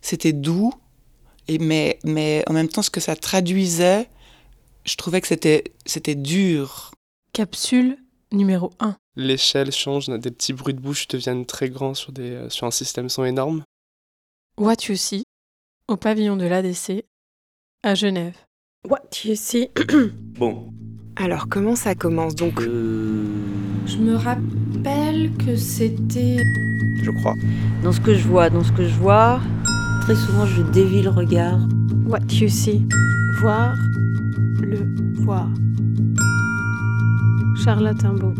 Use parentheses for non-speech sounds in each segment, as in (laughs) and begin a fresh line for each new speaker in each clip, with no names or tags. c'était doux, et mais, mais en même temps, ce que ça traduisait, je trouvais que c'était, c'était dur.
Capsule numéro 1.
L'échelle change, des petits bruits de bouche deviennent très grands sur, des, euh, sur un système son énorme.
What You See, au pavillon de l'ADC, à Genève.
What you see.
Bon.
Alors comment ça commence donc
Je me rappelle que c'était.
Je crois.
Dans ce que je vois, dans ce que je vois, très souvent je dévie le regard.
What you see. Voir le voir. Charlotte Imbeau.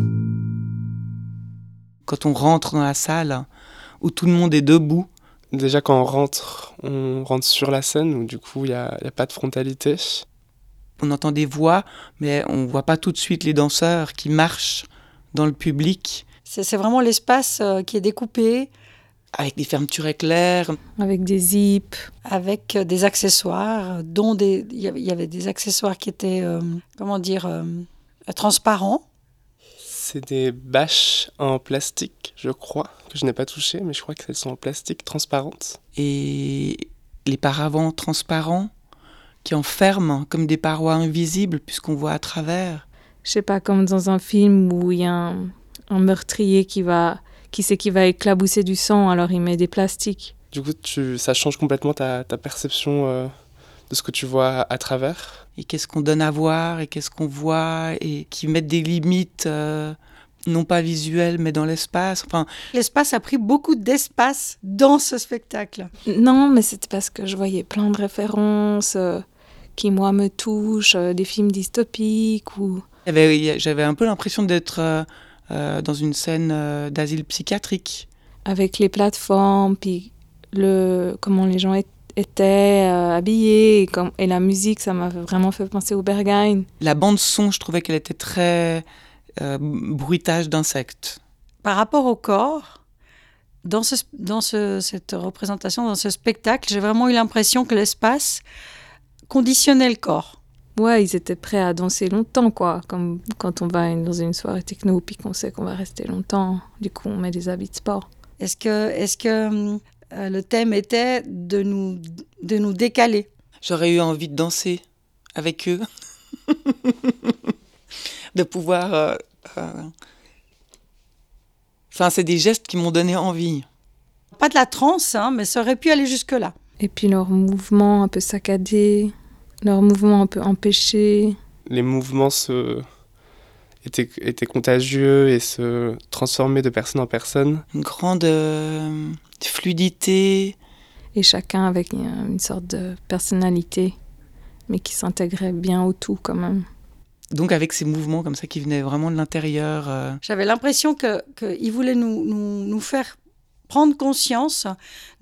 Quand on rentre dans la salle où tout le monde est debout,
Déjà, quand on rentre, on rentre sur la scène où du coup, il n'y a, y a pas de frontalité.
on entend des voix, mais on voit pas tout de suite les danseurs qui marchent dans le public
C'est c'est vraiment l'espace euh, qui est découpé
avec des fermetures éclairs.
avec des zips.
avec euh, des accessoires, euh, dont des, il y avait- il y avait des accessoires qui étaient, euh, comment dire, euh, transparents.
C'est des bâches en plastique, je crois, que je n'ai pas touché, mais je crois qu'elles sont en plastique transparente.
et les paravents transparents qui enferment comme des parois invisibles puisqu'on voit à travers.
Je sais pas, comme dans un film où il y a un, un meurtrier qui va, qui sait qu'il va éclabousser du sang, alors il met des plastiques.
Du coup, tu, ça change complètement ta, ta perception euh, de ce que tu vois à, à travers.
Et qu'est-ce qu'on donne à voir et qu'est-ce qu'on voit et qui mettent des limites euh, non pas visuelles mais dans l'espace. Enfin,
L'espace a pris beaucoup d'espace dans ce spectacle.
Non, mais c'est parce que je voyais plein de références euh, qui, moi, me touchent, euh, des films dystopiques ou...
il y avait- il y a- j'avais un peu l'impression d'être euh, euh, dans une scène euh, d'asile psychiatrique.
avec les plateformes, puis le, comment les gens é- étaient euh, habillés, et, comme, et la musique, ça m'a vraiment fait penser au Berghain.
La bande son, je trouvais qu'elle était très euh, bruitage d'insectes.
Par rapport au corps, dans, ce, dans ce- cette représentation, dans ce spectacle, j'ai vraiment eu l'impression que l'espace conditionnait le corps.
Ouais, ils étaient prêts à danser longtemps, quoi. Comme quand on va une- dans une soirée techno, puis qu'on sait qu'on va rester longtemps. Du coup, on met des habits de sport.
Est-ce que, est que hum, euh, le thème était de nous, de nous décaler
J'aurais eu envie de danser avec eux, (laughs) de pouvoir. euh, euh, Enfin, c'est des gestes qui m'ont donné envie.
Pas de la transe, hein, mais ça aurait pu aller jusque-là.
Et puis leurs mouvements un peu saccadés, leurs mouvements un peu empêchés.
Les mouvements se, étaient, étaient contagieux et se transformaient de personne en personne.
Une grande euh, fluidité.
Et chacun avec euh, une sorte de personnalité, mais qui s'intégrait bien au tout quand même.
Donc, avec ces mouvements comme ça qui venaient vraiment de l'intérieur. euh,
J'avais l'impression qu'il que il voulait nous, nous, nous faire prendre conscience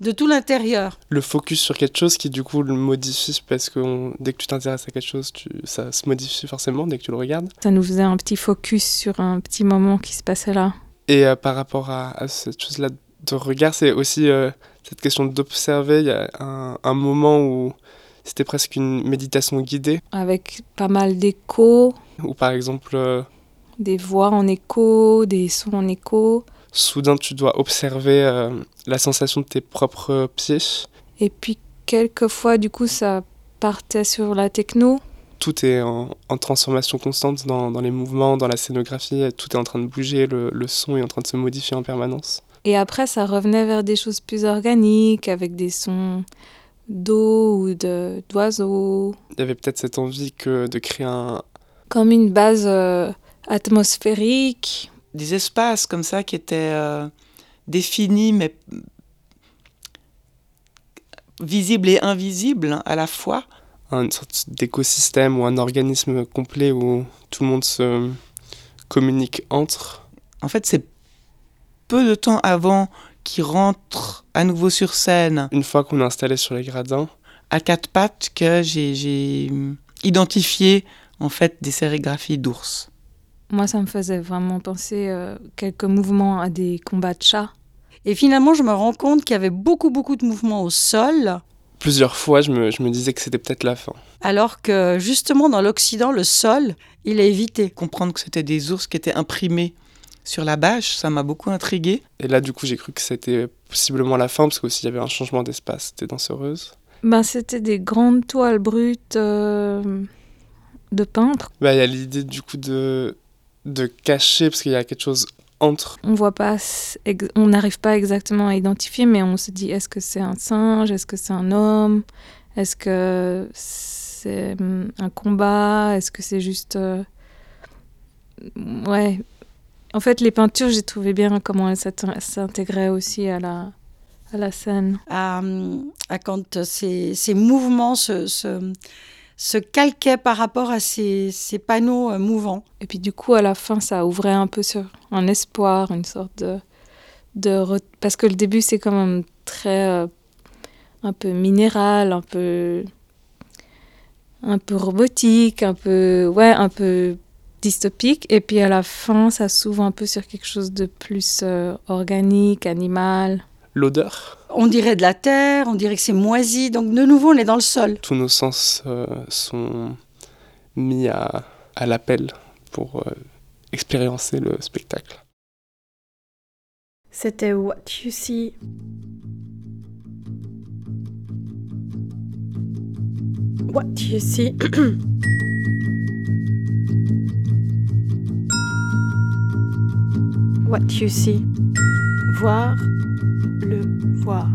de tout l'intérieur.
Le focus sur quelque chose qui du coup le modifie parce que on- dès que tu t'intéresses à quelque chose, tu- ça se modifie forcément dès que tu le regardes.
Ça nous faisait un petit focus sur un petit moment qui se passait là.
Et euh, par rapport à, à cette chose-là de regard, c'est aussi euh, cette question d'observer. Il y a un, un moment où c'était presque une méditation guidée,
Avec pas mal d'échos,
où par exemple, euh,
des voix en écho, des sons en écho.
soudain tu dois observer euh, la sensation de tes propres pieds.
Et puis, quelquefois, du coup, ça partait sur la techno.
Tout est en, en transformation constante dans, dans les mouvements, dans la scénographie, tout est en train de bouger, le, le son est en train de se modifier en permanence.
Et après, ça revenait vers des choses plus organiques, avec des sons d'eau ou de- d'oiseaux.
Il y avait peut-être cette envie que de créer un...
Comme une base euh, atmosphérique.
des espaces comme ça qui étaient euh, définis, mais visibles et invisibles à la fois.
un- une sorte d'écosystème ou un organisme complet où tout le monde se communique entre.
En fait, c'est peu de temps avant qu'ils rentrent à nouveau sur scène
une fois qu'on est installé sur les gradins,
à quatre pattes que j'ai- j'ai hum, identifié en fait des sérigraphies d'ours.
Moi, ça me faisait vraiment penser euh, quelques mouvements à des combats de chats.
Et finalement, je me rends compte qu'il y avait beaucoup, beaucoup de mouvements au sol,
plusieurs fois, je me, je me disais que c'était peut-être la fin.
alors que justement, dans l'Occident, le sol, il est évité.
Comprendre que c'était des ours qui étaient imprimés sur la bâche, ça m'a beaucoup intrigué.
Et là, du coup, j'ai cru que c'était possiblement la fin, parce qu'aussi, il y avait un changement d'espace. C'était dansereuse.
Ben, c'était des grandes toiles brutes euh, de peintre.
Bah, Il y a l'idée, du coup, de, de cacher, parce qu'il y a quelque chose entre.
On voit pas, on n'arrive pas exactement à identifier, mais on se dit est-ce que c'est un singe, est-ce que c'est un homme, est-ce que c'est hum, un combat, est-ce que c'est juste. euh, Ouais. En fait, les peintures, j'ai trouvé bien comment elles s'intégraient aussi à la, à la scène.
À, à quand ces, ces mouvements se, se, se, calquaient par rapport à ces, ces, panneaux euh, mouvants.
Et puis du coup, à la fin, ça ouvrait un peu sur un espoir, une sorte de... de Parce que le début, c'est quand même très... Euh, un peu minéral, un peu... un peu robotique, un peu... Ouais, un peu dystopique. Et puis à la fin, ça s'ouvre un peu sur quelque chose de plus euh, organique, animal
l'odeur.
On dirait de la terre, on dirait que c'est moisi, donc de nouveau on est dans le sol.
Tous nos sens euh, sont mis à, à l'appel pour euh, expériencer le spectacle.
C'était What You See. What You See.
What You See. Voir le voir.